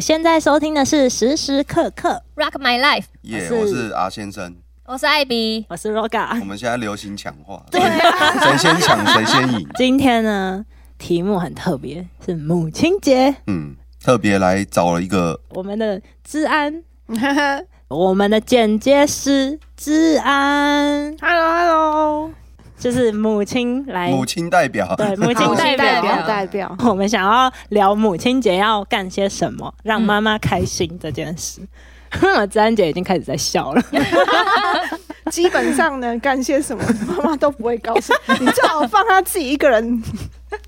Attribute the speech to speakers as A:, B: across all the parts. A: 现在收听的是时时刻刻，
B: Rock My Life，
A: 我
C: 耶、
A: 是
C: 我是阿先生。
B: 我是艾比。
A: 我是 Roga
C: 我。们现在流行抢 话，
B: 啊
C: 谁先抢谁先赢。
A: 今天呢，题目很特别，是母亲节，
C: 嗯，特别来找了一个
A: 我们的治安，我们的剪接师治 安，
D: Hello Hello，
A: 就是母亲来，
C: 母亲代表，
A: 对母亲
B: 好
A: 代
B: 代
A: 表。
B: 表
D: 代表，
A: 我们想要聊母亲节要干些什么，让妈妈开心这件事。 治安姐已经开始在笑了，
D: 嗯基本上呢，干些什么妈妈都不会告诉 你，你最好放他自己一个人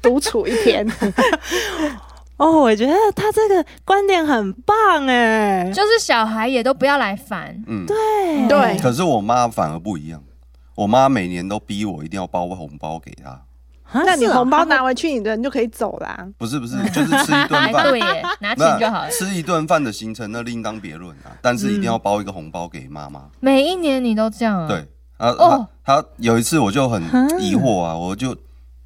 D: 独处一天。
A: 哦，我觉得她这个观点很棒哎，
B: 就是小孩也都不要来烦，
C: 嗯，
A: 对
D: 对
C: 可是我妈反而不一样，我妈每年都逼我一定要包红包给她，
A: 啊
D: 那你
A: 是哦
D: 红包拿回去，你的人就可以走啦。
C: 不是不是，就是吃一顿
B: 哎
C: 饭
B: 对。耶，拿钱就好
C: 那
B: 了。嗯
C: 吃一顿饭的行程那另当别论啊，但是一定要包一个红包给妈妈。
B: 每一年你都这样啊？
C: 对，啊，
B: 哦
C: 她她有一次我就很
A: 嗯
C: 疑惑啊，我就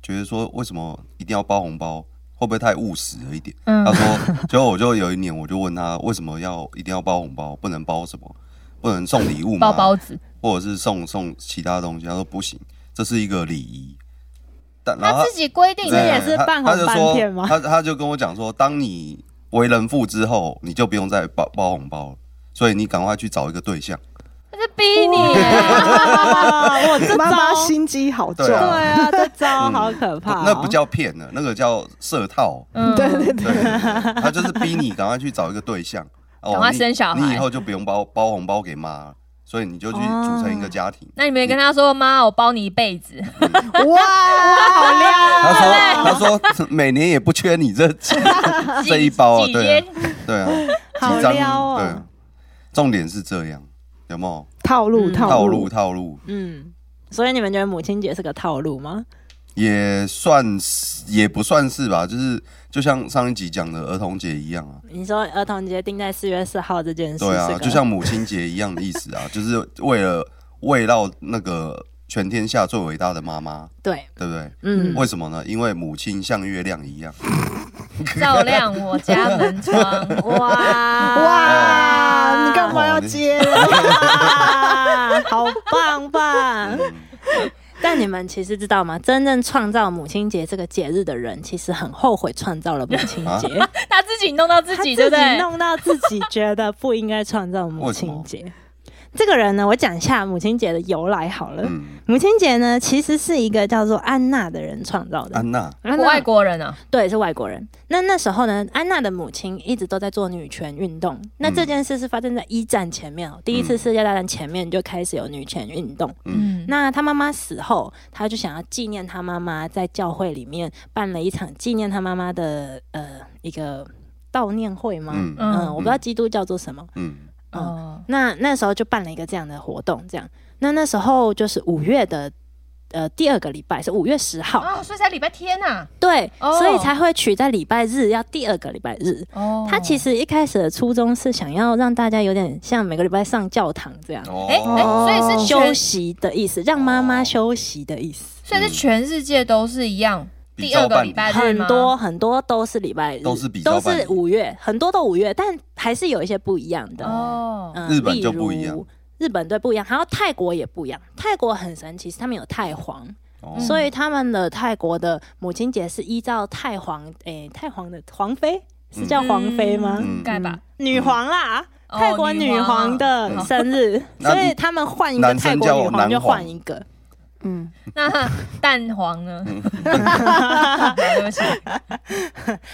C: 觉得说为什么一定要包红包，会不会太务实了一点？
B: 嗯
C: 他，说，结果我就有一年，我就问他为什么要一定要包红包，不能包什么，不能送礼物
B: 包
C: 吗？
B: 包子，
C: 或者是送送其他东西？他说不行，这是一个礼仪。但然后
B: 他自己规定
A: 己
C: 对
B: 的
A: 也
B: 呀。
A: 是
C: 他
A: 半
C: 他
A: 哄
C: 就
A: 半骗吗
C: 说，他他就跟我讲说，当你为人父之后，你就不用再包包红包了，所以你赶快去找一个对象。
B: 他是逼你 耶。
A: 哇我哦这
D: 妈妈
A: 招，
D: 心机好重
C: 对，啊
A: 对啊，这招好可怕哦，
C: 那不叫骗了，那个叫设套。
B: 嗯，
D: 对对对，
C: 对，对对他就是逼你赶快去找一个对象，哦
B: 赶快
C: 你
B: 生小孩
C: 你以后就不用包包红包给妈了，所以你就去组成一个家庭。
B: 那你没跟他说妈，我包你一辈 子，
D: 哇，好亮！
C: 他说：“他说每年也不缺你这这一包啊，
B: 几
C: 对啊
B: 天
C: 对啊，
A: 好
C: 几张
A: 撩哦
C: 对啊，重点是这样，有没有
D: 套路
A: 嗯
C: 套
D: 套
C: 路
D: 路，
C: 套路
A: 嗯，所以你们觉得母亲节是个套路吗？
C: 也算是也不算是吧？就是就像上一集讲的儿童节一样啊，
A: 你说儿童节定在四月四号这件事，
C: 对
A: 是
C: 啊，
A: 个
C: 就像母亲节一样的意思啊，就是为了为到那个全天下最伟大的妈妈，
A: 对，
C: 对不对？
A: 嗯，
C: 为什么呢？因为母亲像月亮一样，
B: 照亮我家门 窗。
A: 哇哎
D: 哇，你干嘛要接？
A: 哇，好棒棒！但你们其实知道吗？真正创造母亲节这个节日的人，其实很后悔创造了母亲
C: 啊
A: 节，
B: 他自己弄到自
A: 他
B: 己，对
A: 自
B: 不
A: 己
B: 对？
A: 弄到自己觉得不应该创造母亲节。这个人呢，我讲一下母亲节的由来好了。
C: 嗯，
A: 母亲节呢，其实是一个叫做安娜的人创造的。
C: 安娜，
A: 安娜
B: 外国人啊，
A: 对，是外国人。那那时候呢，安娜的母亲一直都在做女权运动。
C: 嗯
A: 那这件事是发生在一战前面哦，第一次世界大战前面就开始有女权运动。
B: 嗯，
A: 那她妈妈死后，她就想要纪念她妈妈，在教会里面办了一场纪念她妈妈的呃一个悼念会吗？嗯
C: 嗯
B: 嗯
A: 我不知道基督叫做什么。
C: 嗯
B: 哦，
A: 那那时候就办了一个这样的活动，这样。那那时候就是五月的呃第二个礼拜，是五月十号，
B: 哦，所以才礼拜天呐。
A: 对，
B: 哦
A: 所以才会取在礼拜日，要第二个礼拜日。
B: 哦，
A: 他其实一开始的初衷是想要让大家有点像每个礼拜上教堂这样，
C: 哦
B: 哎哎，所以是
A: 休
B: 全，
A: 息的意思，让妈
B: 哦
A: 妈休息的意思。
B: 所以是全世界都是一样。
C: 比
B: 第二
C: 照
B: 个
C: 办
B: 礼拜日
A: 很
B: 哎吗？
A: 多很多都是礼拜日，
C: 都是比
A: 都
C: 照办理
A: 是五月，很多都五月，但还是有一些不一样的。
B: 哦，
A: 嗯
C: 日本就不一。
A: 例
C: 样
A: 如日本队不一样，还有泰国也不一样。泰国很神奇，是他们有泰皇，
C: 哦
A: 所以他们的泰国的母亲节是依照太皇，诶、太皇的皇妃是叫皇妃吗？
C: 嗯
B: 应该吧。
A: 女皇啦，
B: 哦
A: 泰国女皇哦的生 日，
C: 女皇
A: 所以他们换一个
C: 男生
A: 泰国女
C: 叫男
A: 皇
C: 皇
A: 就换一个。
D: 嗯，
B: 那蛋黄呢？好 对不起，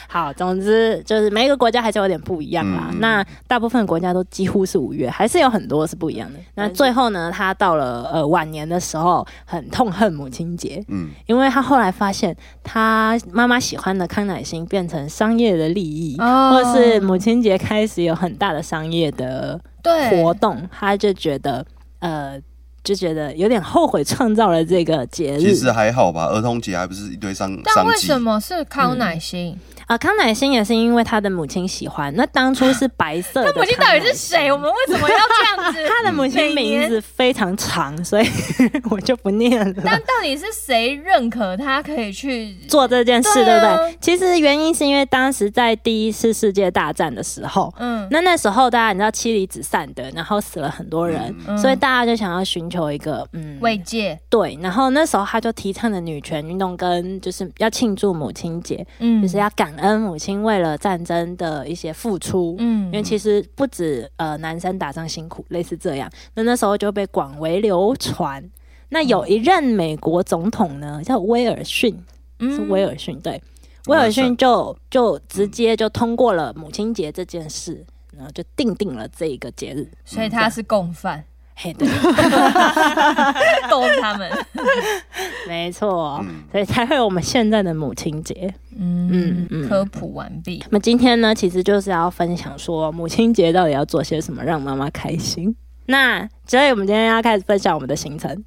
A: 好，总之就是每一个国家还是有点不一样啦。
C: 嗯
A: 那大部分国家都几乎是五月，还是有很多是不一样的。那最后呢，他到了呃晚年的时候，很痛恨母亲节，
C: 嗯，
A: 因为他后来发现他妈妈喜欢的康乃馨变成商业的利益。
B: 哦
A: 或是母亲节开始有很大的商业的
B: 对
A: 活动，他就觉得呃，就觉得有点后悔创造了这个节日。
C: 啊其实还好吧，儿童节还不是一堆商
B: 但
C: 商
B: 为
C: 机
B: 什么是康乃馨？
A: 啊、康乃馨也是因为他的母亲喜欢。那当初是白色的
B: 他
A: 康乃
B: 母
A: 馨，
B: 亲到底是谁？我们为什么要这 样子？
A: 他的母亲
B: 每
A: 名
B: 年
A: 字非常长，所以 我就不念了
B: 但。到底是谁认可他可以去？
A: 做这件事，对
B: 对
A: 不
B: 啊
A: 对？其实原因是因为当时在第一次世界大战的时候，
B: 嗯，
A: 那那时候大家你知道妻离子散的，然后死了很多人，
B: 嗯
A: 所以大家就想要寻求一个嗯
B: 慰藉，
A: 对。然后那时候他就提倡了女权运动，跟就是要庆祝母亲节，
B: 嗯
A: 就是要感恩母亲为了战争的一些付出。因为
B: 嗯
A: 其实不止呃男生打仗辛苦，类似这样，那那时候就被广为流传。那有
B: 嗯
A: 一任美国总统呢，叫威尔逊，
B: 嗯
A: 是威尔逊对，嗯威尔逊嗯就就直接就通过了母亲节这件事，然后就定定了这一个节日。
B: 所以他是共犯，
A: 嘿，对，
B: 斗他们。
A: 没错，
C: 嗯
A: 所以才会有我们现在的母亲节。嗯
B: 嗯
A: 嗯
B: 科普完毕。
A: 那么今天呢，其实就是要分享说母亲节到底要做些什么让妈妈开心。那所以我们今天要开始分享我们的行程，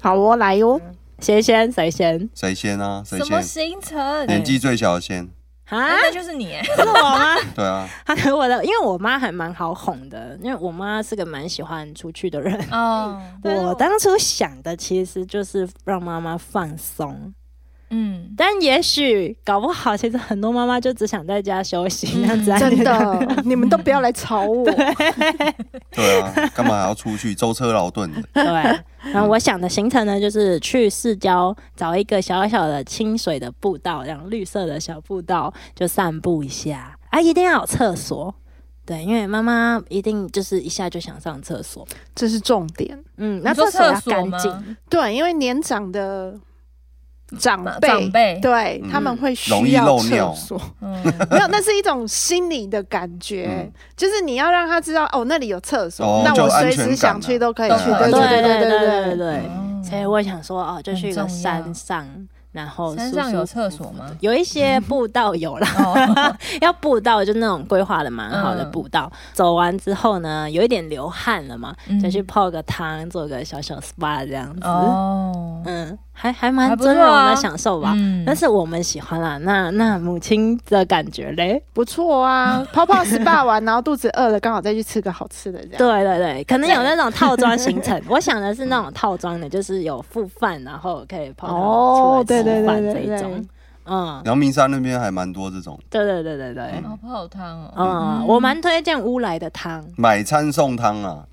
D: 好哦，来哦，
A: 谁先谁先
C: 谁先啊？谁
B: 什么
C: 先？
B: 行程？
C: 年
B: 啊
C: 纪最小的先。
A: 啊？
B: 那就是你欸，
A: 是我吗？
C: 对啊，
A: 他可我的，因为我妈还蛮好哄的，因为我妈是个蛮喜欢出去的人。
B: 哦，
A: 我当初想的其实就是让妈妈放松，
B: 嗯，
A: 但也许搞不好，其实很多妈妈就只想在家休息，
B: 嗯
A: 那样子安
D: 真
A: 静
D: 的， 你们都不要来吵我。
C: 对啊， 干嘛还要出去舟车劳顿的？
A: 对。然后我想的行程呢，就是去市郊找一个小小的清水的步道，然后绿色的小步道就散步一下啊，一定要有厕所，对，因为妈妈一定就是一下就想上厕所，
D: 这是重点。
A: 嗯，
B: 你
A: 那
B: 说
A: 所要
B: 厕所
A: 干
B: 吗
A: 净，
D: 对，因为年长的长辈，
B: 长辈
D: 对、
C: 嗯
D: 他们会需
C: 容易
D: 要
C: 漏
D: 厕
C: 尿
D: 所，
B: 嗯，
D: 没有，那是一种心理的感觉，
C: 嗯
D: 就是你要让他知道哦，那里有厕所，
C: 哦
D: 那
C: 就
D: 我
C: 安
D: 随
C: 全
D: 时
C: 感
D: 想
C: 啊
D: 去都可以
C: 对
D: 去。
C: 啊
D: 对
A: 对
D: 对对
A: 对
D: 对
A: 对对
D: 对
A: 对。
B: 哦
A: 所以我想说，哦，就去一个
B: 很重要
A: 山上，然后
B: 山
A: 舒
B: 上
A: 舒
B: 有厕所吗？
A: 有一些步道有啦，
B: 哦，
A: 要步道就那种规划的蛮好的
B: 嗯
A: 步道。走完之后呢，有一点流汗了嘛，
B: 嗯
A: 就去泡个汤，做个小小 SPA 这样子。
B: 哦，
A: 嗯，还还
B: 还
A: 蛮
B: 不错
A: 尊
B: 啊
A: 荣的享受吧。
B: 嗯
A: 但是我们喜欢啦，那那母亲的感觉嘞？
D: 不错啊，泡泡 SPA 完，然后肚子饿了，刚好再去吃个好吃的，这样。
A: 对对对，可能有那种套装行程，我想的是那种套装的，就是有副饭，然后可以泡汤
D: 哦
A: 出来
D: 对对
A: 吃饭
D: 对
A: 这
D: 对
A: 一
D: 对
A: 种。嗯，
C: 阳明山那边还蛮多这种
A: 对对对对对，
B: 好泡汤哦，
A: 嗯，我蛮推荐乌来的汤，
C: 买餐送汤啊，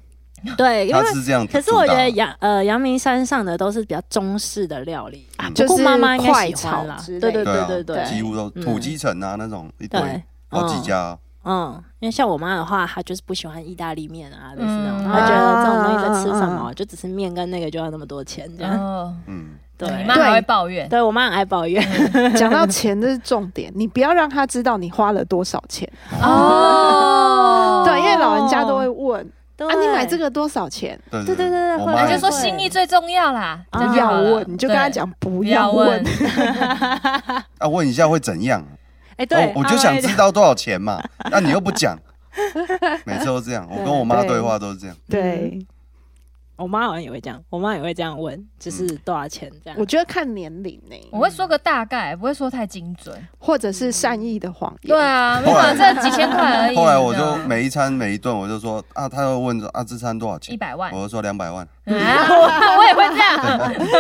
A: 对，因为
C: 他是这样煮的
A: 可
C: 啊。
A: 是我觉得阳呃阳明山上的都是比较中式的料理，啊
C: 嗯
A: 不过
D: 就是
A: 妈妈应该
D: 快
A: 喜欢啦
D: 炒之，类
A: 对对
D: 的
C: 对
A: 对
C: 啊
A: 对对，
C: 几乎都
A: 嗯
C: 土鸡城啊那种一
A: 对
C: 堆，好几家啊。
A: 嗯，因为像我妈的话，她就是不喜欢意大利面啊，类似那种，
B: 嗯
A: 她觉得这种东西在吃什
D: 啊啊
A: 么，就只是面跟那个就要那么多钱这样，
B: 哦，
C: 嗯，
A: 对，
B: 你妈还会抱怨，
A: 对我妈很爱抱怨，
D: 讲到钱，这是重点，你不要让他知道你花了多少钱。
B: 哦
D: 对，因为老人家都会问啊，你买这
A: 个
D: 个多少钱？
C: 对
A: 对对
C: 对
A: 对
C: 我
A: 后来
C: 妈
A: 哎
B: 那就
C: 也
B: 说心意最重要啦，
A: 啊
B: 这
D: 不
B: 就
D: 要
B: 好了
D: 问，你就跟他，讲不
B: 对不
D: 要
B: 要
D: 问，
B: 问，
C: 啊问一下会怎样？
A: 哎对
C: 哦，，我就想知道多少 钱嘛，那你又不讲，每次都这样。我跟我妈
D: 对
C: 对话都是这样。
D: 对，
A: 我妈好像也会这样，我妈也会这样问，就是多少钱这样
D: 我。觉得看年龄呢、
B: 我会说个大概，不会说太 精准。
D: 或者是善意的谎
B: 嗯
D: 言。
B: 对啊，没
C: 后来
B: 有这几千块而已。
C: 后来我就每一餐每一顿我就说啊，她又问说啊这餐多少
B: 一
C: 钱，
B: 百万，
C: 我就说 两百万，
A: 嗯
B: 啊我我也会这 样，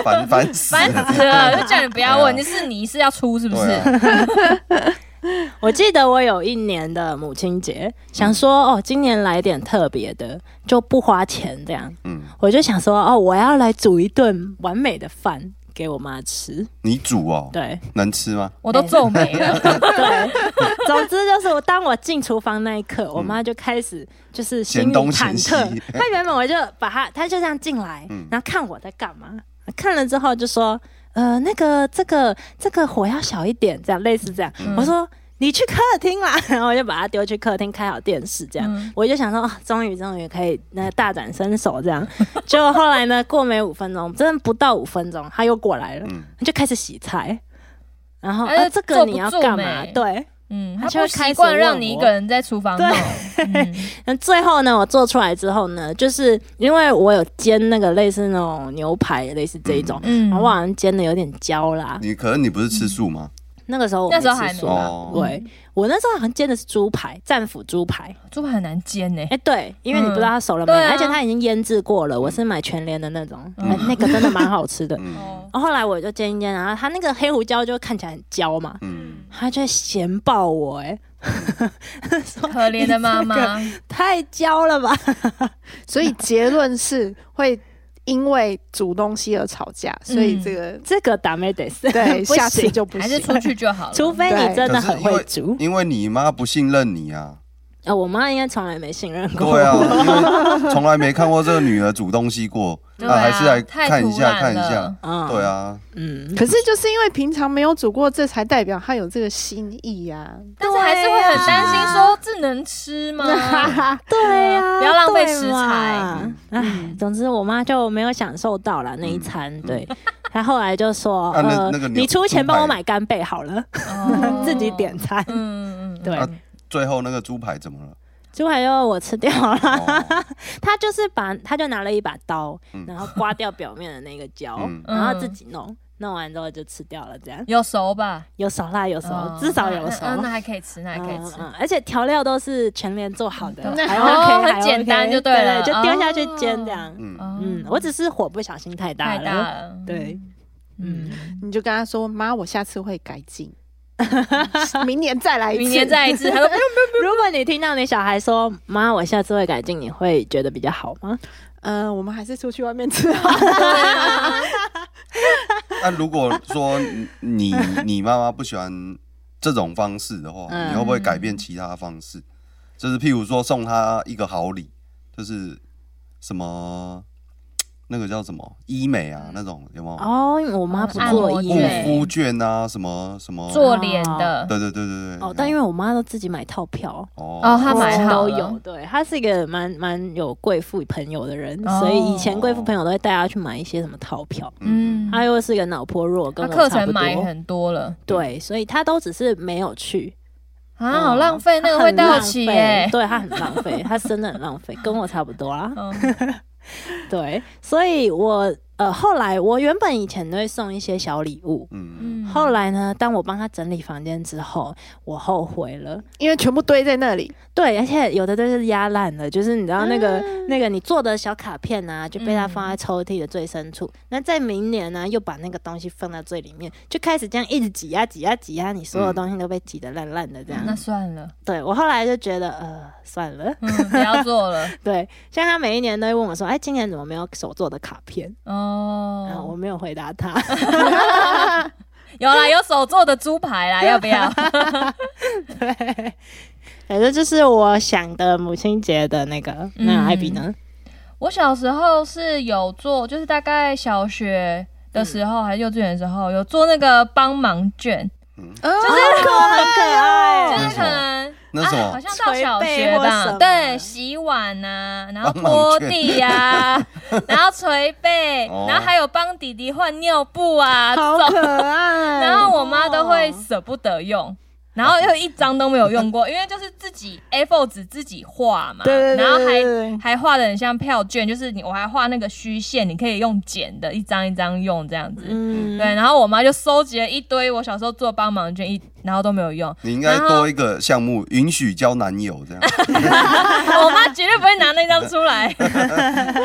C: 烦烦死
B: 啊烦
C: 了。
B: 死了，就叫你不要问，
C: 对啊
B: 你是你是要出是不
C: 对
B: 是？
C: 啊，
A: 我记得我有一年的母亲节，想说哦，今年来点特别的，就不花钱这样。
C: 嗯，
A: 我就想说哦，我要来煮一顿完美的饭给我妈吃。
C: 你煮哦，
A: 对
C: 能吃吗？
B: 我都皱眉了，
A: 对， 总之就是我当我进厨房那一刻，我妈就开始就是心
C: 嫌
A: 里
C: 嗯东
A: 忐
C: 嫌西，
A: 忑。她原本我就把她，她就这样进来
C: 嗯，
A: 然后看我在干嘛，看了之后就说呃，那个这个这个火要小一点，这样类似这样。
C: 嗯
A: 我说。你去客厅啦， 然后我就把她丢去客厅，开好电视，这样、
B: 嗯
A: 我就想说，哦，终于终于可以那个大展身手这样。结果后来呢，过没五分钟，真的不到五分钟，他又过来了，
C: 嗯，
A: 他就开始洗菜，然后
B: 哎
A: 呃，这个
B: 坐不
A: 你要
B: 住
A: 干
B: 没
A: 嘛？对，
B: 嗯，
A: 他
B: 他
A: 就会
B: 不
A: 开
B: 习
A: 始
B: 惯
A: 问
B: 让你一
A: 我
B: 个人在厨房弄， 嗯
A: 那最后呢，我做出来之后呢，就是因为我有煎那个类似那种牛排，类似这一种，
B: 嗯
C: 嗯
A: 然后我好像煎的有点焦啦，
C: 你可能你不是吃素吗？
A: 那个时候我
B: 那时候
A: 没
B: 还
A: 吃
B: 没
A: 素
B: 吧
C: 哦
A: 对我那时候很煎的是猪排，战斧猪排。
C: 嗯
B: 猪排很难煎呢、
A: 哎、对，因为你不知道它熟了没，
B: 嗯对啊
A: 而且它已经腌制过了。我是买全联的那种，
B: 嗯
A: 哎那个真的蛮好吃的。
C: 嗯
B: 哦，
A: 然后后来我就煎一煎，然后它那个黑胡椒就看起来很焦嘛，
C: 嗯，
A: 它就咸爆我、哎，
B: 可怜的妈妈，
A: 太焦了吧？
D: 所以结论是会因为煮东西而吵架，所以这 个
A: 这个打没得死，
D: 对
A: 不
D: 下次
A: 行
D: 就不
B: 嗯还是
D: 行。
B: 出去就好了。
A: 除非你真的很会煮。
C: 因为你妈不信任 你啊，
A: 呃，我妈应该从来没信任过。
C: 对啊，因为从来没看过这个女儿煮东西过，
B: 对
C: 那
B: 啊
C: 还是来
B: 太
C: 看一
B: 突
C: 下
B: 然
C: 看一下
B: 了，
A: 嗯
C: 对，啊，
A: 嗯，
D: 可是就是因为平常没有煮过，这才代表他有这个心意啊呀、
B: 但是还是会很担
A: 啊
B: 心，说这能吃吗？
A: 对呀、
B: 不要浪费食
A: 对嘛嗯
B: 材。
A: 唉，总之我妈就没有享受到了那一餐，对。她后来就说：“
C: 嗯 啊那
A: 呃，
C: 那个牛
A: 你出钱帮我买干贝好了，
B: 哦
A: 自己点。餐。
B: 嗯嗯嗯，
A: 对
C: 啊最后那个猪排怎么了？
A: 猪排就我吃掉了，
C: 哦
A: 她就是把，她就拿了一把刀，
C: 嗯
A: 然后刮掉表面的那个胶，
C: 嗯
A: 然后自己弄，弄完之后就吃掉了。这样
B: 有熟吧？
A: 有熟啦，有熟，
B: 哦
A: 至少有熟。
B: 那那那还可以吃，那还可以吃。
A: 嗯嗯而且调料都是全联做好的，
D: 那
A: 还
B: 哦
A: OK，
B: 很简单
A: 还 OK，
B: 就
A: 对
B: 对了
A: 就丢下去
B: 哦
A: 煎这样。
C: 嗯
B: 哦
A: 嗯，我只是火不小心太大
B: 太
A: 了，
B: 大了，
A: 对，
B: 嗯，
D: 你就跟他说：“妈，我下次会改 进，明年再来一次。”
B: 明年再一次，他说
A: 如果你听到你小孩说“妈，我下次会改进”，你会觉得比较好吗？
D: 嗯、我们还是出去外面吃啊好。
C: 那如果说你你妈妈不喜欢这种方式的话，
A: 嗯
C: 你会不会改变其他方式？就是譬如说送她一个好礼，就是什么那个叫什么医美啊那种有没有？
A: 哦，我妈不做医
C: 护
B: 按摩
A: 美
B: 对
C: 肤券啊，什么什么？
B: 做脸的，
C: 对对对对对。
A: 哦，但因为我妈都自己买套票，
B: 哦
C: 哦，
B: 她买
A: 都
B: 好了
A: 有。对，她是一个蛮蛮有贵妇朋友的人，
B: 哦
A: 所以以前贵妇朋友都会带她去买一些什么套票。
C: 嗯，
A: 她又是一个脑波弱，跟
B: 他
A: 我
B: 课
A: 差
B: 程
A: 不多
B: 买很多了
A: 对，所以她都只是没有去，
C: 嗯
B: 啊，好浪费，那个会到期
A: 哎，
B: 耶。
A: 对他很浪费，他真的很浪费，跟我差不多啦。
B: 嗯
A: 对，所以我呃后来我原本以前都会送一些小礼物，
C: 嗯，
B: 嗯
A: 后来呢，当我帮他整理房间之后，我后悔了。
D: 因为全部堆在那里，
A: 对，而且有的都是压烂了，就是你知道那个、
B: 啊
A: 那个你做的小卡片啊，就被他放在抽屉的最深处。
B: 嗯
A: 那在明年呢，又把那个东西放到最里面，就开始这样一直挤呀、挤呀、啊挤呀、你所有
C: 嗯
A: 东西都被挤得烂烂的这样。
B: 那算了，
A: 对我后来就觉得呃算了，
B: 嗯，不要 做了。
A: 对，像他每一年都会问我说：“哎，今年怎么没有手做的卡片？”然后我
B: 哦，
A: 没有回答他，
B: 有啦，有手做的猪 排啦，要不要？
A: 对，反正就是我想的母亲节的那个。那
B: 嗯
A: 艾比呢？
B: 我小时候是有做，就是大概小学的时候、还是幼稚园的时候，有做那个帮忙卷，哦嗯
A: 就是很哦可
B: 就
A: 爱
B: 是可能。
C: 那什
B: 啊好
C: 么
B: 像到小学
A: 哦捶背或什
B: 吧
A: 么，
B: 对，洗碗呐、然后拖地呀、然后捶背，
C: 哦
B: 然后还有帮弟弟换尿布 啊，
D: 好
B: 走
D: 可爱。
B: 然后我妈都
D: 哦
B: 会舍不得用。然后又一张都没有用 过，因为就是自己 A4 纸自己画嘛，
D: 对对对
B: 然后
D: 对对对
B: 还还画的很像票券，就是你我还画那个虚线，你可以用剪的，一张一张用这样子。
A: 嗯，
B: 对，然后我妈就收集了一堆我小时候做帮忙券，一然后都没有用。
C: 你应该多一个项目，允许交男友这样。
B: 我妈绝对不会拿那张出来。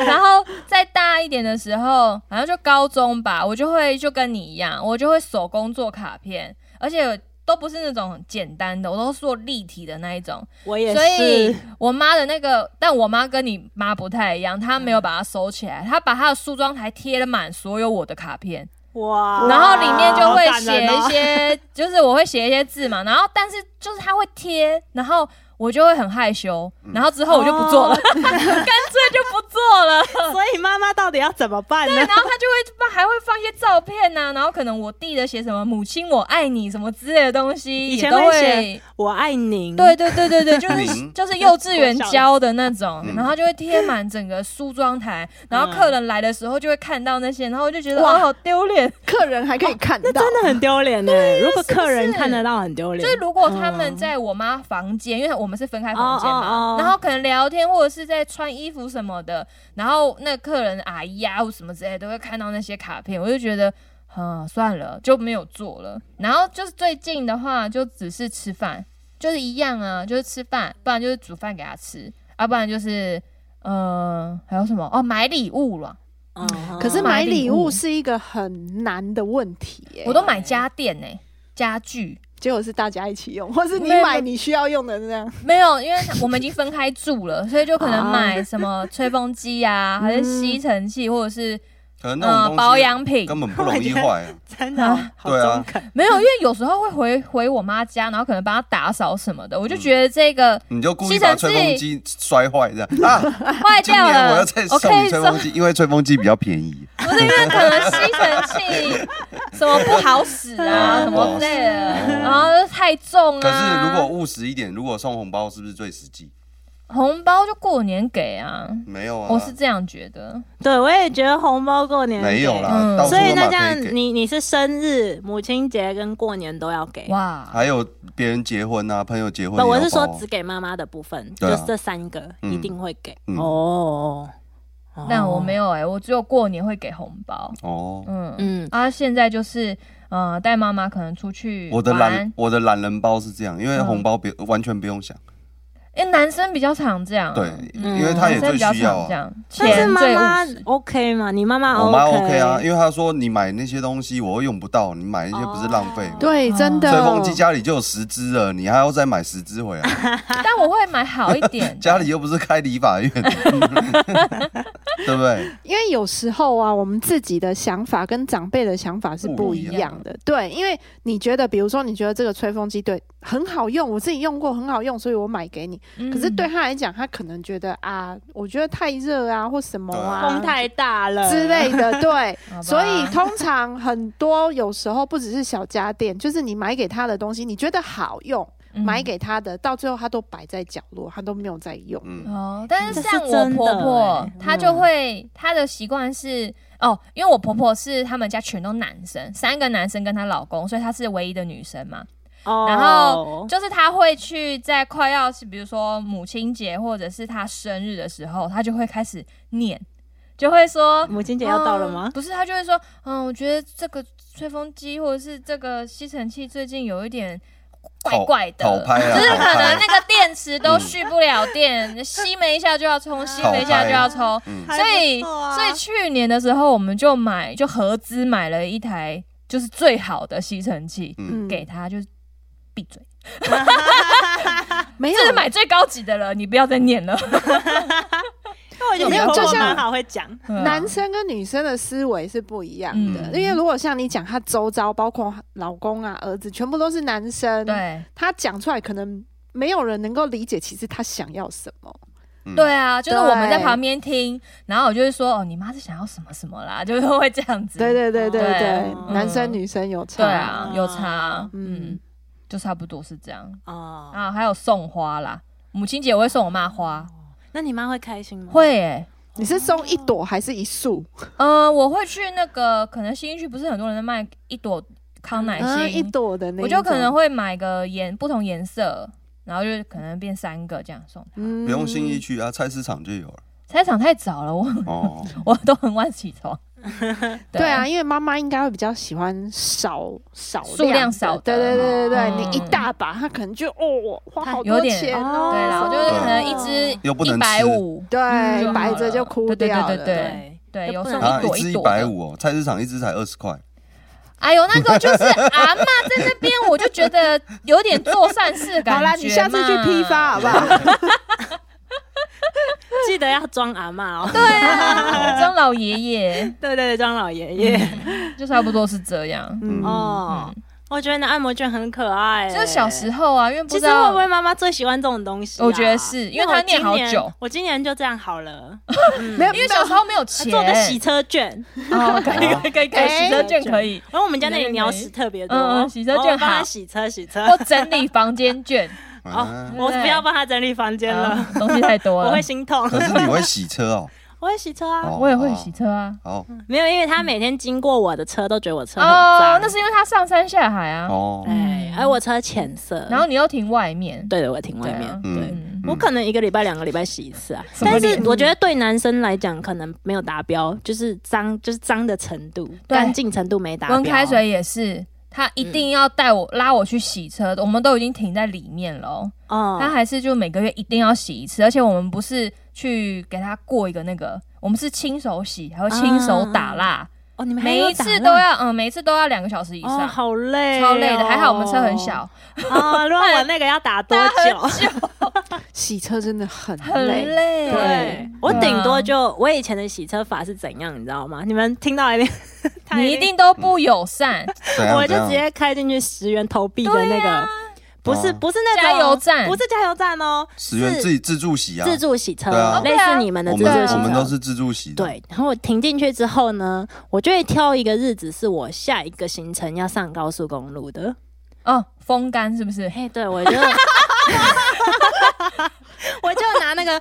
B: 然后再大一点的时候，好像就高中吧，我就会就跟你一样，我就会手工做卡片，而且都不是那种简单的，我都是做立体的那一种。
A: 我也
B: 所以
A: 是。
B: 我妈的那个，但我妈跟你妈不太一样，她没有把它收起来，她把她的梳妆台贴了满所有我的卡片。
A: 哇
B: 然后里面就会写
A: 好感
B: 一
A: 人哦
B: 些，就是我会写一些字嘛，然后但是就是他会贴，然后我就会很害羞，然后之后我就不
A: 哦
B: 做了， 干脆就不做 了。
A: 所以妈妈到底要怎么办呢？
B: 然后他就会放，还会放一些照片呐、然后可能我弟的写什么“母亲我爱你”什么之类的东西，
A: 以前
B: 也都
A: 会
B: 会
A: 写。我爱您，
B: 对，对对对对，就是
C: 您
B: 就是幼稚园教的那种，
C: 嗯
B: 然后就会贴满整个梳妆台，然
A: 嗯
B: 后客人来的时候就会看到那些，然后我就觉得
D: 哇
B: 哇，好丢脸。
D: 客人还可以看到，
A: 真的很丢脸呢。如果客人
B: 是不是
A: 看得到，很丢脸。嗯
B: 就是如果他们在我妈房间，因为我们是分开房间嘛
A: 哦哦哦
B: 然后可能聊天或者是在穿衣服什么的，然后那客人阿姨啊或什么之类都会看到那些卡片，我就觉得嗯，算了，就没有做了。然后就是最近的话，就只是吃饭，就是一样啊，就是吃饭，不然就是煮饭给他吃，要、不然就是呃，还有什么哦，买礼物了，
A: 嗯哼
D: 可是
B: 买
D: 买
B: 礼
D: 礼
B: 物
D: 物是一个很难的问题、耶。
B: 我都
A: 啊
B: 买家电呢、家具
D: 结果是大家一起 用，或是你
B: 没有
D: 买你需要用的那样。
B: 没有，因为我们已经分开住了，所以就可能
D: 啊
B: 买什么吹风机啊，还是吸尘器，或者是
C: 可能那种
B: 呃
C: 嗯东西啊
B: 保养品，
C: 根本不容易坏、啊。
E: 真的
B: 啊
E: 好
C: 对啊
E: 中肯，
B: 没有，因为有时候会回回我妈家，然后可能帮她打扫什么的，我就觉得这个
C: 你就故意把吹风机摔坏这样啊！
B: 坏
C: 今
B: 哎掉
C: 年
B: 了，
C: 我要再
B: 我可
C: 送
B: 以
C: 你吹风机，因为吹风机比较便宜。
B: 不是因为可能吸尘器什么不好使啊， 什么之类的，
C: 哦
B: 然后又太重啊。
C: 可是如果务实一点，如果送红包是不是最实际？
B: 红包就过年给啊，
C: 没有啊，
B: 我是这样觉得。
A: 对我也觉得红包过年
C: 没有
A: 给
C: 啦，
B: 嗯
C: 到处
A: 所以
C: 都
A: 那
C: 买
A: 这样
C: 可以给。
A: 你你是生日、母亲节跟过年都要给。
B: 哇，
C: 还有别人结婚啊，朋友结婚
A: 不，
C: 也要包啊，
A: 我是说只给妈妈的部分，
C: 对啊
A: 就是这三个
C: 嗯
A: 一定会给。
C: 嗯
A: 哦，哦
B: 但我没有哎、我只有过年会给红包。
C: 哦。
B: 嗯嗯，
A: 嗯，
B: 啊，现在就是呃，带妈妈可能出去
C: 我的懒
B: 玩，
C: 我的懒人包是这样，因为
B: 嗯
C: 红包别完全不用想，
B: 哎、男生比较常这样啊，
C: 对，
A: 嗯
C: 因为他
B: 男
C: 也
B: 生
C: 最
B: 比较
C: 需要
B: 常这
C: 啊。
B: 样，
A: 但是
B: 钱
A: 妈
B: 最
A: 妈
B: 务实
A: OK 吗？你妈妈
C: 我妈 OK 啊，因为她说你买那些东西我又用不到，你买那些不是浪费吗？
D: 对，真的。
C: 吹风机家里就有十只了，你还要再买十只回来？
B: 但我会买好一点的。
C: 家里又不是开理发院，对不对？
D: 因为有时候啊，我们自己的想法跟长辈的想法是不一样的。对，因为你觉得，比如说，你觉得这个吹风机对很好用，我自己用过很好用，所以我买给你。
B: 嗯
D: 可是对他来讲，他可能觉得啊，我觉得太热啊，或什么啊，
A: 风太大了
D: 之。类的。对，
B: 好吧
D: 所以通常很多有时候不只是小家电，就是你买给他的东西，你觉得好用，
B: 嗯
D: 买给他的，到最后他都摆在角落，他都没有在用。
C: 嗯，
B: 哦，但是
A: 这是
B: 像我
A: 真的
B: 婆婆
A: 欸，
B: 她
A: 嗯
B: 就会她的习惯是哦，因为我婆婆是他们家全都男生，三个男生跟她老公，所以她是唯一的女生嘛。
A: 哦
B: 然后就是她会去在快要是比如说母亲节或者是她生日的时候，她就会开始念，就会说
A: 母亲节要到了
B: 嗯
A: 吗？
B: 不是，她就会说，嗯，我觉得这个吹风机或者是这个吸尘器最近有一点。怪
C: 讨
B: 怪的，
C: 讨拍啊，
B: 就是
C: 讨
B: 可能
C: 拍。
B: 那个电池都续不了电，吸没一下就要充，吸没一下就要充，
C: 嗯，
B: 所以
E: 还不错啊
B: 所以去年的时候我们就买就合资买了一台就是最好的吸尘器
D: 嗯，
B: 给他，就是闭嘴，
D: 没有
B: 这是买最高级的了，你不要再念 了。
A: 嗯那我觉得
D: 没有
A: 你婆婆
D: 就像
A: 蛮好会讲，
B: 对啊
D: 男生跟女生的思维是不一样的，
B: 嗯
D: 因为如果像你讲，他周遭包括老公啊、儿子，全部都是男生，
B: 对
D: 他讲出来可能没有人能够理解，其实他想要什么。
C: 嗯
B: 对啊，就是
D: 对
B: 我们在旁边听，然后我就会说哦，你妈是想要什么什么啦， 就是会这样子。
D: 对对对对
B: 嗯对
D: 对，
A: 嗯
D: 男生女生有差。
B: 对啊，有差，
D: 嗯
B: 嗯，就差不多是这样。
A: 哦，
B: 啊，还有送花啦。母亲节我会送我妈花，
D: 哦
A: 那你妈会开心吗？，
B: 会诶、
D: 你是送一朵还是一束？
B: 呃，我会去那个，可能新区不是很多人在卖一朵康乃馨，
D: 嗯，一朵的那
B: 我
D: 一种
B: 就可能会买个颜不同颜色，然后就可能变三个这样送。
D: 嗯
C: 不用信义区啊，菜市场就有了。
B: 菜市场太早了，我
C: 哦，
B: 我都很晚起床。
D: 对啊，，因为妈妈应该会比较喜欢少少
B: 数量
D: 的
B: 少的
D: 对对对对对，
B: 嗯
D: 你一大把，他可能就哦，花好
B: 有
D: 多
B: 点
D: 钱
A: 哦
D: 哦。
B: 对啦，我就是可能一
C: 又不
B: 支一
C: 能吃
B: 百五，
D: 对，
B: 就
D: 摆
B: 好
D: 着就
B: 了
D: 哭
B: 对对
D: 掉
B: 对
D: 了
B: 对
A: 对
B: 对，有
A: 不
B: 送
A: 能
C: 啊，
B: 一朵
C: 一只一
B: 朵的
C: 百。五哦，菜市场一只才二十块。
B: 哎呦，那个就是阿嬷在那边，我就觉得有点做善事的感觉嘛。
D: 好啦，你下次去批发好 不好？
A: 记得要装阿妈哦。
B: 对啊，张老爷爷
A: 对对对，装老爷爷。
B: 就差不多是这样。
D: 嗯
C: 嗯
A: 哦，我觉得那按摩券很可爱，
B: 就是小时。候啊，因为不
A: 其
B: 知
A: 实会
B: 道
A: 不会妈妈最喜欢这种东西啊？
B: 我觉得是因为
A: 那
B: 她
A: 我
B: 念
A: 今
B: 好
A: 年
B: 久。
A: 我今年就这样好 了，
D: 没有，
B: 因为小时候没有钱，
A: 做个洗车券。
B: 哦，可以可以可以可以，洗车券可以，
A: 然后我们家那里鸟屎特别多，
B: 嗯嗯洗车
A: 我
B: 就
A: 帮
B: 好
A: 他洗车洗车。
B: 或整理房间券。
A: 哦
C: 啊，，
A: 我不要帮他整理房间了
B: 啊，东西太多
A: 我
B: 了
A: 会。心痛。
C: 可是你会洗车哦。
A: 我会洗车啊，
C: 哦
B: 我也会洗。车啊。
C: 哦
A: 没有，因为他每天经过我的车都觉得我车很
B: 哦
A: 脏，，
B: 那是因为他上山下海啊，
C: 哦，
A: 哎，而我车浅色，
B: 然后你又停外面，
A: 对的，我停
B: 对
A: 外
B: 啊
A: 面，
C: 嗯
A: 对，
B: 嗯，
A: 我可能一个礼拜、两个礼拜洗一次啊。
B: 什么
A: 但是
B: 脸
A: 我觉得对男生来讲，可能没有达标，就是脏，就是脏的程度、
B: 对
A: 干净程度没达标。
B: 温开水也是，他一定要带我、拉我去洗车，我们都已经停在里面了哦，
A: 哦，
B: 他还是就每个月一定要洗一次，而且我们不是去给他过一个那个，我们是亲手洗，还会亲手打蜡，
A: 哦，你们还
B: 每
A: 有
B: 一
A: 打蜡
B: 次都要嗯，每一次都要两个小时以上，
A: 哦，好累哦，
B: 超累的。还好我们车很 小，
A: 哦，如果我那个要打多久？
D: 洗车真的很
B: 很
D: 累，
B: 累。
A: 对，我
B: 对啊
A: 顶多就我以前的洗车法是怎样，你知道吗？你们听到一定， 他
B: 你一定都不友善，
C: 怎样
A: 我就
C: 怎样
A: 直接开进去十元投币的那
B: 对
A: 个
B: 啊，
A: 不是
C: 哦
A: 不是那种
B: 加油站
A: 不是加油站哦，
C: 十元
A: 是
C: 自己自助洗啊，
A: 自助洗车
C: 对
B: 哦
C: 啊，
A: 类似你们的
C: 我
A: 自助
C: 们
A: 洗
C: 我们都
A: 车。
C: 是自助洗的，
A: 对，然后我停进去之后呢，我就会挑一个日子是我下一个行程要上高速公路的。
B: 哦，风干是不是？
A: 嘿， 对我就我就拿那个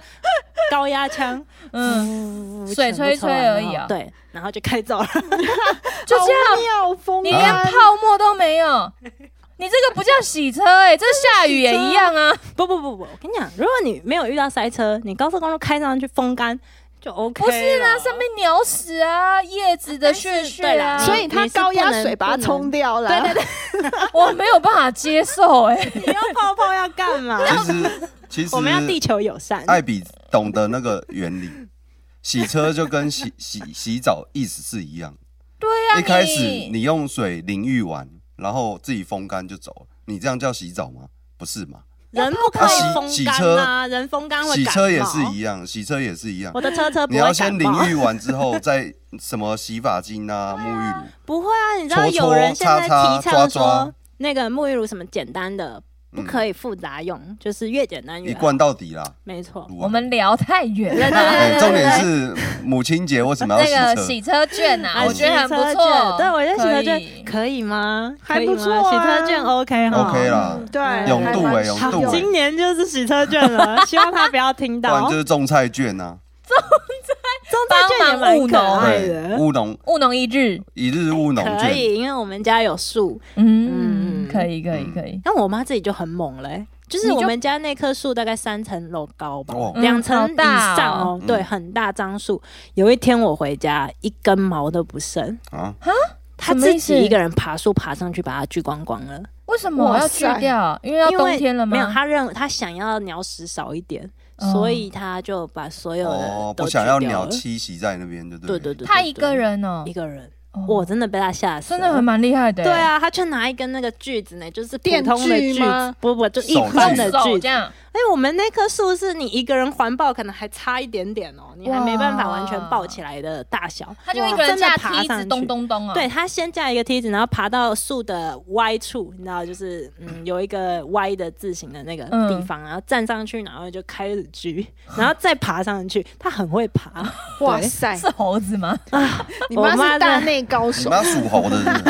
A: 高压枪，
B: 嗯，
A: 嗯，
B: 水吹吹而已啊
A: 对，然后就开走了。
B: 就这样，
D: 样，风
B: 你连
C: 啊
D: 干
B: 泡沫都没有，你这个不叫洗车哎、这下雨也一样啊。
A: 不不不不，我跟你讲，如果你没有遇到塞车，你高速公路开上去风干就 OK
B: 不是
A: 啦
B: 啦，，上面鸟屎啊，叶子的屑
A: 对
B: 屑
A: 啦
B: 啊，
D: 所以它
A: 你是
D: 高压
A: 不能
D: 水把它
A: 不能
D: 冲掉了。对对
B: 我没有办法接受 哎、
A: 你要泡泡要干嘛？
C: 其实其 实
A: 我们要地球友善。
C: 艾比懂得那个原理，洗车就跟洗洗洗澡意思是一样。
B: 对呀、啊，
C: 一开始你用水淋浴完，然后自己风干就走了，你这样叫洗澡吗？不是嘛？
A: 人不可以
C: 啊
A: 风
C: 洗
A: 干啊，人风干会
C: 洗车也是一
A: 样。
C: 样，洗车也是一样
A: 我。的车车不
C: 你
A: 会
C: 要
A: 感
C: 先淋
A: 冒
C: 浴完之后，再什么洗发精啊、沐浴乳，
A: 不会啊，你知道
C: 搓搓
A: 有人现在提
C: 擦擦抓
A: 倡
C: 抓
A: 说那个沐浴乳什么简单的，不可以复杂用，就是越简单
C: 嗯一
A: 越好。
C: 罐到底啦。
A: 没错，
C: 乳啊
B: 我们聊太远了。
C: 哎重点是母亲节为什么 要
B: 那个
C: 洗车？
B: 洗车券啊，
A: 啊
B: 我觉得很不
A: 洗车
B: 错
A: 券。对，我觉得洗车
B: 可以
A: 券可以吗？
D: 还
A: 可以吗
D: 不错啊
A: 洗车券 OK 哈
C: OK 啦
D: 嗯对，
A: 永
D: 还
A: 度
D: 蛮
C: 欸 永
D: 实
C: 度
D: 用
C: 欸
A: 今年就是洗车券 了，希望他不要听
C: 不
A: 到。
C: 然就是种菜券啊，
A: 中菜券也蛮可爱
C: 对，
A: 的，
C: 务农
B: 务农一日，
C: 一日务农
A: 嗯可
C: 券，
A: 以，因为我们家有树，
B: 嗯，
A: 嗯
B: 可以，可以，可以。
A: 但我妈自己就很猛嘞、就是
B: 你就
A: 我们家那棵树大概三层楼高吧
C: 哦，嗯
A: 两层
B: 嗯
A: 以
B: 好大
A: 上
B: 哦
A: 哦，对，很大樟树。有一天我回家，一根毛都不剩，
C: 啊，
A: 她
B: 什么
A: 自
B: 意思
A: 己一个人爬树爬上去，把它锯光光了。
B: 为什么我要去
D: 哇塞
B: 掉？因为要
A: 因为
B: 冬天了吗？
A: 没有，她认她想要鸟屎少一点，
B: 哦
A: 所以她就把所有
C: 哦
A: 的，都
C: 不
A: 锯
C: 想要
A: 掉
C: 鸟
A: 了。
C: 栖息在那边，就对
A: 对
C: 了。
A: 对对，
B: 他
A: 对
B: 一个人哦
A: 对一，个人，
B: 哦
A: 我真的被他吓死
B: 真
A: 了，
B: 的很蛮厉害的。
A: 对，啊，他却拿一根那个锯子呢，就是普
D: 电
A: 通的
D: 锯
A: 锯
D: 吗
A: 子，不不，就一
C: 手
A: 般
C: 锯
A: 的
B: 手
A: 锯
B: 这
A: 子。
B: 样，
A: 哎，我们那棵树是你一个人环抱，可能还差一点点哦，你还没办法完全抱起来的大小。
B: 他就一
A: 哇
B: 个人
A: 真的
B: 架
A: 爬
B: 梯
A: 上
B: 子
A: 去
B: 咚咚咚啊。
A: 对，他先架一个梯子，然后爬到树的歪处，你知道，就是嗯，有一个歪的字形的那个地
B: 嗯
A: 方，然后站上去，然后就开始锯，然后再爬上去。他很会 爬，
D: 哇塞，
B: 是猴子吗？
D: 你
A: 我
D: 妈
A: 妈
D: 是大
A: 在
D: 内高
C: 你
D: 手，
C: 们要属猴的是不是，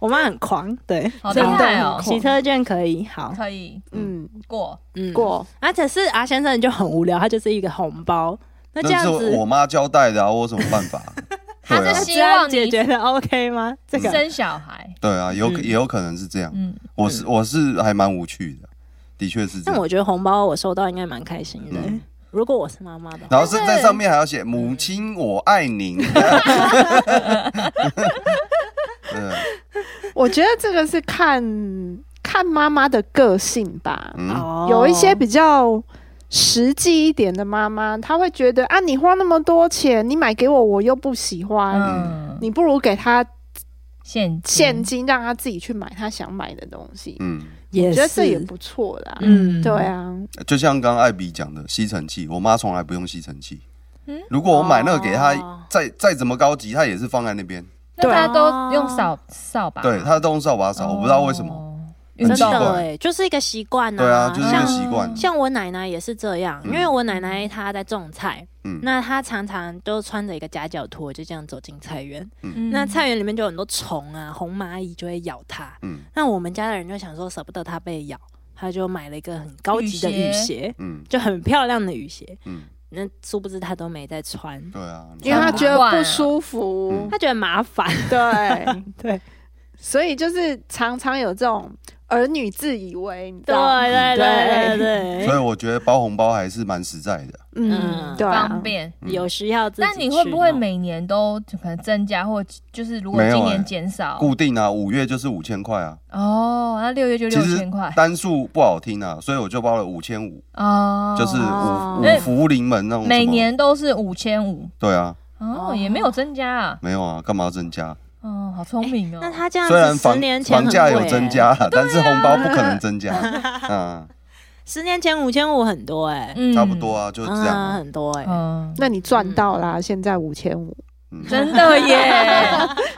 A: 我妈很狂，对，
B: 好厉
A: 真的
B: 害哦
A: 洗车券 可以，好，
B: 可以
D: 嗯，
B: 过，
A: 嗯，
D: 过
A: 啊，可是阿先生就很无聊，他就是一个红包。那 这
C: 那
A: 样
C: 是
A: 子，
C: 我妈交代的啊，我有什么办 法？
B: 他
C: 对啊
B: 是，
A: 这
B: 希
A: 样
B: 望
A: 解
B: 你
A: 决的 OK 吗？这个
B: 生小孩。
C: 对啊，有
A: 嗯
C: 也有可能是这样。
B: 嗯，
C: 我是我是还蛮无趣的，的确是这
A: 但
C: 样。
A: 我觉得红包我收到应该蛮开心的、
C: 嗯
A: 如果我是妈妈的话，
C: 然后是在上面还要写“母亲，我 爱您”。对，
D: 我觉得这个是看看妈妈的个性吧。
C: 嗯，
A: 哦
D: 有一些比较实际一点的妈妈，她会觉得啊，你花那么多钱，你买给我，我又不喜欢，
B: 嗯，
D: 你不如给她
B: 现
D: 现金，让她自己去买她想买的东西。
C: 嗯，
A: 也
D: 我觉得这
A: 是
D: 也不错啦。
A: 嗯
D: 对啊，
C: 就像刚刚艾比讲的吸尘器，我妈从来不用吸尘器
B: 嗯。
C: 如果我买那个给
A: 哦
C: 她，再再怎么高级，她也是放在那边。
B: 那
D: 对
B: 大
D: 啊
B: 家都用扫扫把，
C: 对，她都用扫把扫，我不知道为什
A: 哦
C: 么。
B: 么，运
C: 很
A: 真
C: 奇怪
A: 的
B: 动
A: 哎、就是一个习惯
C: 对啊，就是一个
A: 像
C: 习惯。
A: 像我奶奶也是这样，因为我奶奶她在种菜，
C: 嗯
A: 那她常常都穿着一个夹脚拖，就这样走进菜园。
B: 嗯
A: 那菜园里面就有很多虫啊，红蚂蚁就会咬它。
C: 嗯
A: 那我们家的人就想说舍不得它被咬，他就买了一个很高级的
B: 雨鞋
A: 雨鞋，
C: 嗯
A: 就很漂亮的雨鞋。
C: 嗯，
A: 那殊不知他都没在穿，
C: 对啊，
D: 因为她
B: 他
D: 觉得不舒服
C: 嗯，
A: 他觉得麻烦。
D: 对
A: 对，
D: 所以就是常常有这种。儿女自以为，你知
A: 对
D: 道吗？
A: 对对对
C: 所以我觉得包红包还是蛮实在的。
A: 嗯
D: 嗯，对啊，
B: 方便。
A: 对，有需要自己去弄。
B: 但你会不会每年都可能增加，或就是如果
C: 没有
B: 今
C: 欸
B: 年减少、
C: 固定啊，五月就是五千块啊，
B: 哦，那六月就
C: 其
B: 六
C: 实
B: 千
A: 哎
B: 块
C: 单数不好听啊，所以我就包了五千五，
B: 哦，
C: 就是
D: 哦
C: 五
B: 哎
C: 五福临门那种什么。
B: 每年都是五千五
C: 对啊，
B: 哦，
A: 哦
B: 也没有增加啊，
C: 没有啊，干嘛增加？
B: 哦，好聪明哦。
A: 哎那他这样
C: 虽然
A: 子十
C: 房
A: 年前
C: 房
A: 很
C: 价有
A: 贵
C: 增
A: 欸，
C: 加，但是红包不可能 增加。嗯，
A: 十年前五千五很多哎，
B: 嗯
C: 差不多，啊，就是这样
A: 嗯
C: 啊。
A: 很多哎。
B: 嗯，
D: 那你赚到啦，现在五千五，
C: 嗯，
B: 真的耶，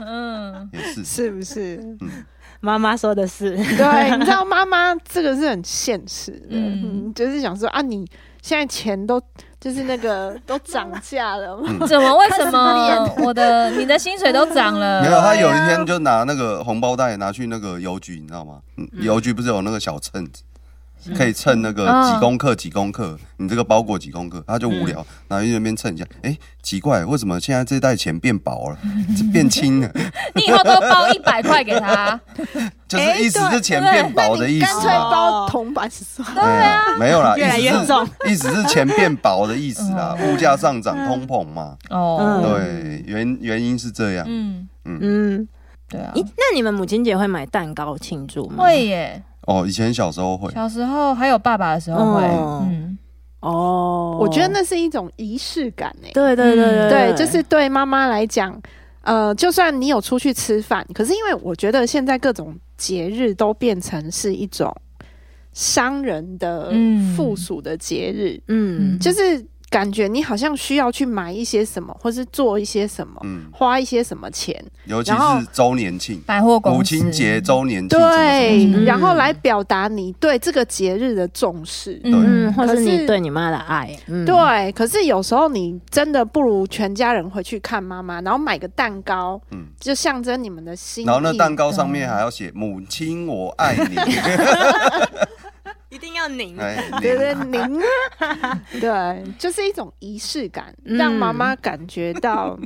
B: 嗯，
C: 也是。
D: 是不是？
C: 嗯，
A: 妈妈说的是，
D: 对，你知道妈妈这个是很现实的，
B: 嗯
D: 嗯，就是想说啊，你现在钱都就是那个都涨价了，
C: 嗯
B: 怎么为什么我的你的薪水都涨了？
C: 没有，他有一天就拿那个红包袋拿去那个邮局，你知道吗？嗯邮局不是有那个小秤子，可以称那个
B: 嗯
C: 几公克几公克，你这个包裹几公克，他就无聊，拿去那边称一下。哎，奇怪，为什么现在这袋钱变薄了，这变轻了？
B: 你以后多包一百块给 他，
C: 就是意思
D: 哎对
C: 是钱变薄的意
D: 干
C: 思
D: 脆
C: 啊。
D: 包铜板算了。
C: 哎
B: 啊
C: 呀，没有啦，
A: 越来
C: 意
A: 越
C: 思
A: 重
C: 是意思是钱变薄的意思啦，物价上涨、通膨嘛，
B: 哦，
C: 对，原原因是这样。
B: 嗯，
A: 嗯，
B: 对啊，
A: 咦，那你们母亲节会买蛋糕庆祝吗？
B: 会耶，
C: 哦，以前小时候会，
B: 小时候还有爸爸的时候会，
A: 哦
B: 嗯，
A: 哦，
D: 我觉得那是一种仪式感诶、
A: 对对对
B: 嗯
D: 对，就是对妈妈来讲，呃，就算你有出去吃饭，可是因为我觉得现在各种节日都变成是一种商人的
B: 嗯
D: 附属的节日，
A: 嗯
D: 就是感觉你好像需要去买一些什么，或是做一些什么，
C: 嗯，
D: 花一些什么钱，
C: 尤其
D: 然后
C: 是周年庆、
B: 百货公司
C: 母亲节、周年庆，
D: 对，
A: 嗯
D: 然后来表达你对这个节日的重视。
A: 嗯，
B: 嗯
A: 或
D: 可
A: 是
D: 是
A: 你对你妈的爱，嗯，
D: 对，可是有时候你真的不如全家人回去看妈妈，然后买个蛋糕，
C: 嗯
D: 就象征你们的心意。
C: 然后那蛋糕上面还要写“母亲，我 爱你
A: 一定要”，拧
C: 哎，
D: 对对，
C: 你
D: 您对，就是一种仪式感，
A: 嗯
D: 让妈妈感觉到，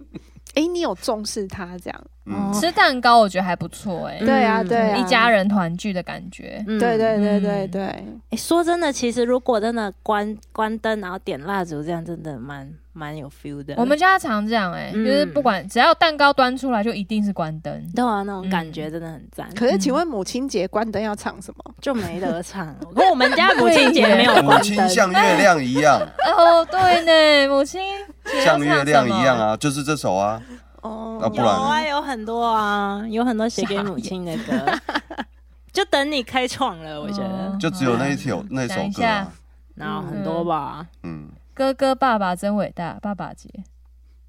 D: 哎、你有重视她这样。
C: 嗯
A: 哦
B: 吃蛋糕我觉得还不错哎，
D: 对啊，
A: 嗯
D: 对啊，
B: 一家。人团聚的感觉，
A: 嗯
D: 对对对对
B: 嗯
D: 对，
A: 诶说真的，其实如果真的关关灯，然后点蜡烛，这样真的蛮蛮有 feel 的。
B: 我们家常这样哎，就
A: 嗯
B: 是不管只要蛋糕端出来就一定是关 灯，
A: 对啊，那种感
B: 嗯
A: 觉真的很赞，
D: 可是请问母亲节关灯要唱什么？
A: 就没得唱。可我们家母亲节没有
C: 母
A: 关
C: 亲
A: 灯，
C: 像月亮一 样，
B: 哦，对呢，母亲节要
C: 像月亮一样
B: 唱什么。
C: 啊，就是这首啊，
D: 哦，
C: 啊不
A: 有
C: 然
A: 啊，有很多啊，有很多写给母亲的歌， 就等你开创了，我觉得
B: 哦，
C: 就只有那一首那首
B: 想一
C: 歌
B: 下
C: 啊，
A: 然后很多吧，
B: 啊
C: 嗯，
B: 哥哥爸爸真伟大，爸爸节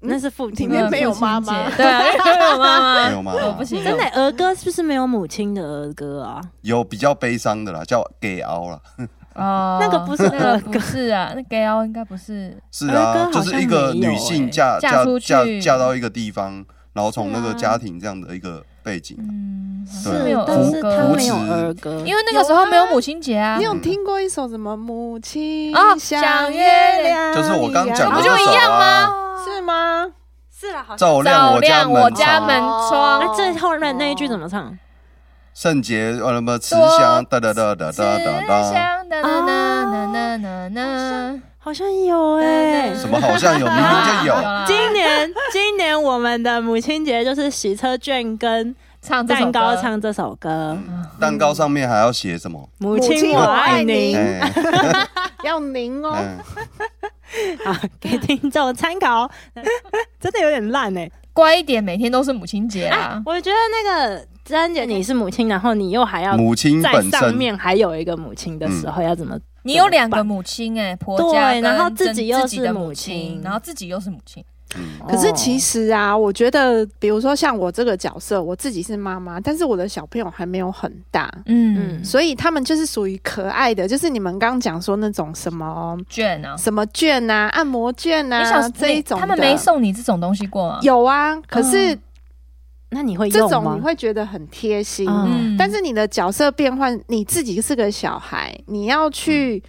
A: 那是父
D: 里面没有妈妈
B: 母亲节对啊，因为没有妈妈， 哦
C: 没有妈妈
B: 我不行，
A: 真的儿歌是不是没有母亲的儿歌啊？
C: 有比较悲伤的啦，叫《给熬》啦。
B: 哦，
A: 那个不是
B: 那个
A: 哥
B: 不是啊，那 gay 应该不是，
C: 是
A: 儿
C: 啊，
A: 歌
C: 就
A: 好
C: 是
A: 像
C: 一个
A: 没有
C: 女性
A: 欸
C: 嫁
B: 嫁
C: 嫁
B: 出
C: 嫁
B: 去
C: 嫁到一个地方，然后从那
A: 对
C: 个
A: 啊
C: 家庭这样的一个背景，
B: 嗯，
C: 对啊
A: 是
B: 没有，
A: 但是
B: 歌
A: 他
C: 扶
A: 没有
C: 持
A: 儿歌，
B: 因为那个时候没有母亲节啊
D: 你，有听过一首什么母亲
B: 哦
D: 像
B: 像
D: 月
B: 月嗯哦
D: 亮一样？
C: 就是我刚讲
B: 不
C: 的
B: 就
C: 这
B: 一
C: 首
B: 样
C: 啊，
B: 吗？
D: 是吗？
A: 是啦，好
C: 照亮
B: 照
C: 我家
B: 亮我
C: 门
B: 家
C: 窗，
B: 门
A: 那
B: 窗，
A: 啊最后面那一句怎么唱？
C: 圣洁呃什么慈祥哒哒哒
A: 啊
C: 哒
B: 思
C: 哒哒哒，
B: 想哒哒哒哒哒哒，
A: 好像有哎、
C: 什么好像有，明明就有，啊
B: 啦
A: 今年今年我们的母亲节就是洗车券跟
B: 唱这首
A: 蛋
B: 歌
A: 糕，唱这首歌，
C: 蛋糕上面还要写什么？
A: 母
D: 亲
A: 亲
D: 我
A: 我
D: 爱
A: 爱
D: 你
A: 你
C: 哎，
D: 要您哦。
C: 嗯
A: 啊，给听众参考。 真的有点烂哎、
B: 乖一点，每天都是母亲节啊。
A: 我觉得那个詹姐你是母亲，然后你又还要
C: 母亲
A: 在
C: 本
A: 上
C: 身，
A: 面还有一个母亲的时候，要怎么？
B: 你有两个母亲哎、婆家
A: 对然后
B: 跟
A: 自
B: 真
A: 己又
B: 自己的
A: 是
B: 母
A: 母亲
B: 然后自己又是母亲，
C: 嗯
D: 可是其
A: 实
D: 实啊，我觉得，比如说像我这个角色，我自己是妈妈，但是我的小朋友还没有很大，
B: 嗯，
D: 所以他们就是属于可爱的，就是你们刚刚讲说那种什么
B: 卷
C: 嗯
B: 啊，
D: 什么券啊、按摩券
B: 你小
D: 啊这一
B: 你
D: 种的，
B: 他们没送嗯你这种东西过吗？，
D: 有啊，可是
A: 那你会
D: 这
A: 用
D: 种你
A: 吗？
D: 会觉得很贴心，
A: 嗯
D: 但是你的角色变换，你自己是个小
B: 嗯
D: 孩，你要去、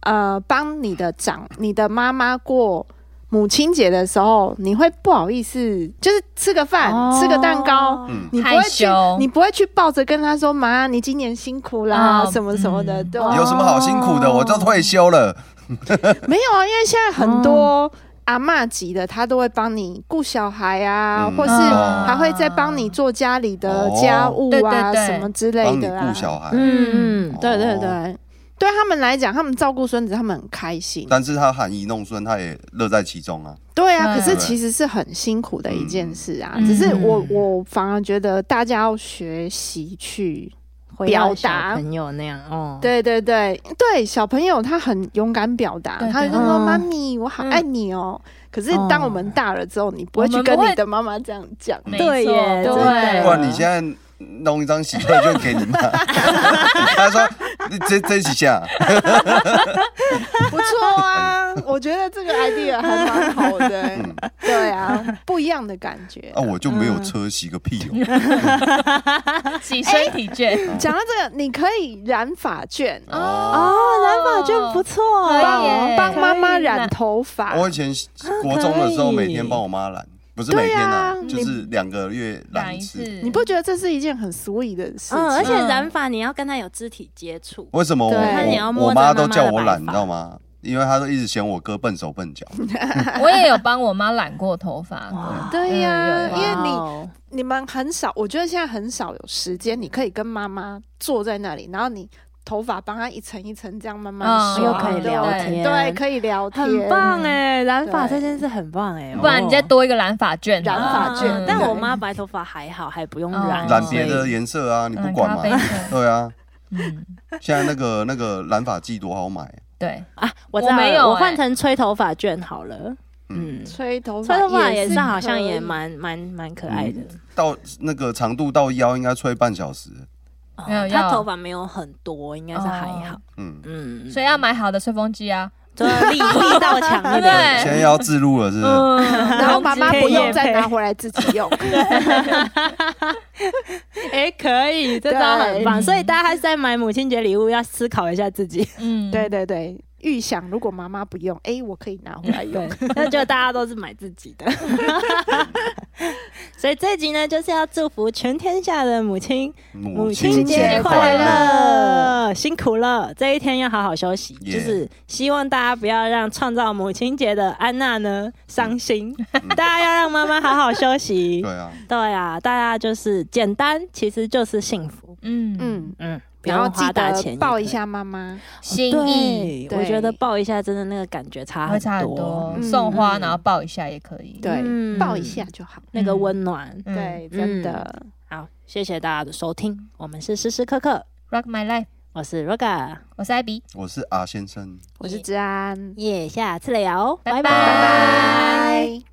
D: 呃帮你的长你的妈妈过母亲节的时候，你会不好意思，就是吃个饭、吃个蛋糕，
C: 嗯，
D: 你不会去
B: 哦害羞，
D: 你不会去抱着跟他说：“妈，你今年辛苦啦，
B: 哦
D: 什么什么的。
B: 嗯
D: 对，
C: 有什么好辛苦的？我都退休了，
B: 哦
D: 没有啊，因为现在很多阿嬷级的，他都会帮你顾小孩啊，
C: 嗯
D: 或是
C: 哦
D: 还会再帮你做家里的家务
B: 对
D: 啊，
B: 对对
D: 什么之类
C: 帮你
D: 的啊
C: 顾。小孩。
A: 嗯，
D: 对对对，
C: 哦
D: 对他们来讲，他们照顾孙子，他们很开心。
C: 但是他含饴弄孙，他也乐在其中啊。
D: 对啊，可
B: 对
D: 是其实是很辛苦的一件事啊。
B: 嗯
D: 只是我我反而觉得大家要学习去，
A: 回到
D: 表达
A: 小朋友那样哦，，
D: 对对对对，小朋友他很勇敢表达，
B: 对对
D: 他就说：“
A: 嗯
D: 妈咪，我好爱你哦。”
C: 嗯
D: 可可是当我们大了之后，你不会去
B: 我们
D: 跟
B: 不会
D: 你的妈妈这样讲。
B: 没
A: 对
B: 错
A: 耶
B: 对啊
D: 真的
C: 不然你现在弄一张喜特券给你妈，他说你这这几下，
D: 不错啊， 我觉得这个 idea 还蛮好的、
C: 嗯，
D: 对啊，不一样的感觉
C: 啊，。我就没有车洗个屁哦。
B: 洗身体卷，
D: 讲、到这个，你可以染发卷
C: 哦，
A: 哦，染发卷不错哦，
B: 可以耶
D: 帮妈妈
A: 可以
D: 染头发。
C: 我以前国中的时候，每天帮我妈染，不是每天啊
D: 对啊，
C: 就是两个月
B: 染
C: 染
B: 一
C: 一
B: 次
C: 次。，
D: 你不觉得这是一件很 sweet 的事情？
A: 嗯，而且
B: 嗯
A: 染发你要跟他有肢体接触，
C: 为什么我
D: 对那你
A: 要
C: 我
A: 摸着
C: 我妈都
A: 妈妈
C: 叫
A: 的
C: 我
A: 白
C: 染，你
A: 发
C: 知道吗？因为她都一直嫌我哥笨手笨脚。
B: 我也有帮我妈染过头发过。
A: 哇，
D: 对呀、
B: 嗯有
D: 因为你
A: 你
D: 你们很少，我觉得现在很少有时间，你可以跟妈妈坐在那里，然后你头发帮她一层一层这样慢慢
B: 嗯
D: 梳，
A: 又可以
D: 对
A: 聊
D: 对
A: 天
D: 可以聊天，
A: 很棒哎，染发这
D: 对
A: 件事很棒哎，
B: 不然你再
A: 哦
B: 多一个染发卷好
D: 染
B: 了，
D: 发卷
B: 嗯
A: 啊但我妈白头发还好，还不用染，
B: 哦
C: 染别的颜色啊，你不
B: 嗯
C: 管
B: 染咖
C: 嘛？
B: 啡色
C: 对啊，
B: 嗯，
C: 现在那个那个染发剂多好买啊，
B: 对，
A: 啊，我知道
B: 我
A: 了
B: 没有
A: 我
B: 哎
A: 换成吹头发卷好了，
C: 嗯
A: 嗯，嗯
D: 吹头发，
A: 吹头发也
D: 是
A: 是好像
D: 可以
A: 也蛮蛮蛮可爱的，
C: 到那个长度到腰应该吹半小时。
A: 哦
B: 没有
A: 她
B: 要
A: 头发没有很多，应该是还好，
C: 嗯，
A: 嗯，
B: 所以要买好的吹风机啊，
A: 就是 力力道强一 点，
C: 现
B: 对
C: 在要自录了是不是？
B: 嗯，
D: 然后妈妈不用再
A: 可以
D: 拿
A: 业
D: 回来自 己用，
A: 哎，可以，这招很棒，
B: 对
A: 所以大家还是在买母亲节礼物要思考一下自己，
B: 嗯，
D: 对对对。预想如果妈妈不用，哎、我可以拿回来用
A: 对。，那就大家都是买自己的。 所以这集呢，就是要祝福全天下的母亲
C: 母
A: 嗯母亲
C: 亲
A: 节
C: 节
A: 快
C: 快乐！
A: 乐，辛苦了，这一天要好好休息。
C: Yeah
A: 就是希望大家不要让创造母亲节的安娜呢伤心， 大家要让妈妈好好休息。
C: 嗯 对啊，
A: 对啊，大家就是简单，其实就是幸福。
B: 嗯嗯，
D: 嗯，
A: 嗯，不
D: 然后
A: 要
D: 记
A: 花大钱
D: 得
A: 也
D: 抱
A: 可
D: 一
A: 以。
D: 下妈妈。
B: 心意
A: 对，
D: 对
A: 我觉得抱一下真的那个感觉差
B: 会差很多
A: 多，，
D: 嗯
B: 送花然后抱一下也可以，
D: 对，
A: 嗯
D: 抱一下就好。
A: 那个温暖。
B: 嗯
D: 对，真的，
A: 好，谢谢大家的收听，我们是时时刻刻，
B: ，Rock My Life，
A: 我是 Roga，
B: 我是艾比，
C: 我是阿先生。
D: 我是治安，
A: 耶下次聊，拜
B: 拜
A: 拜
D: 拜。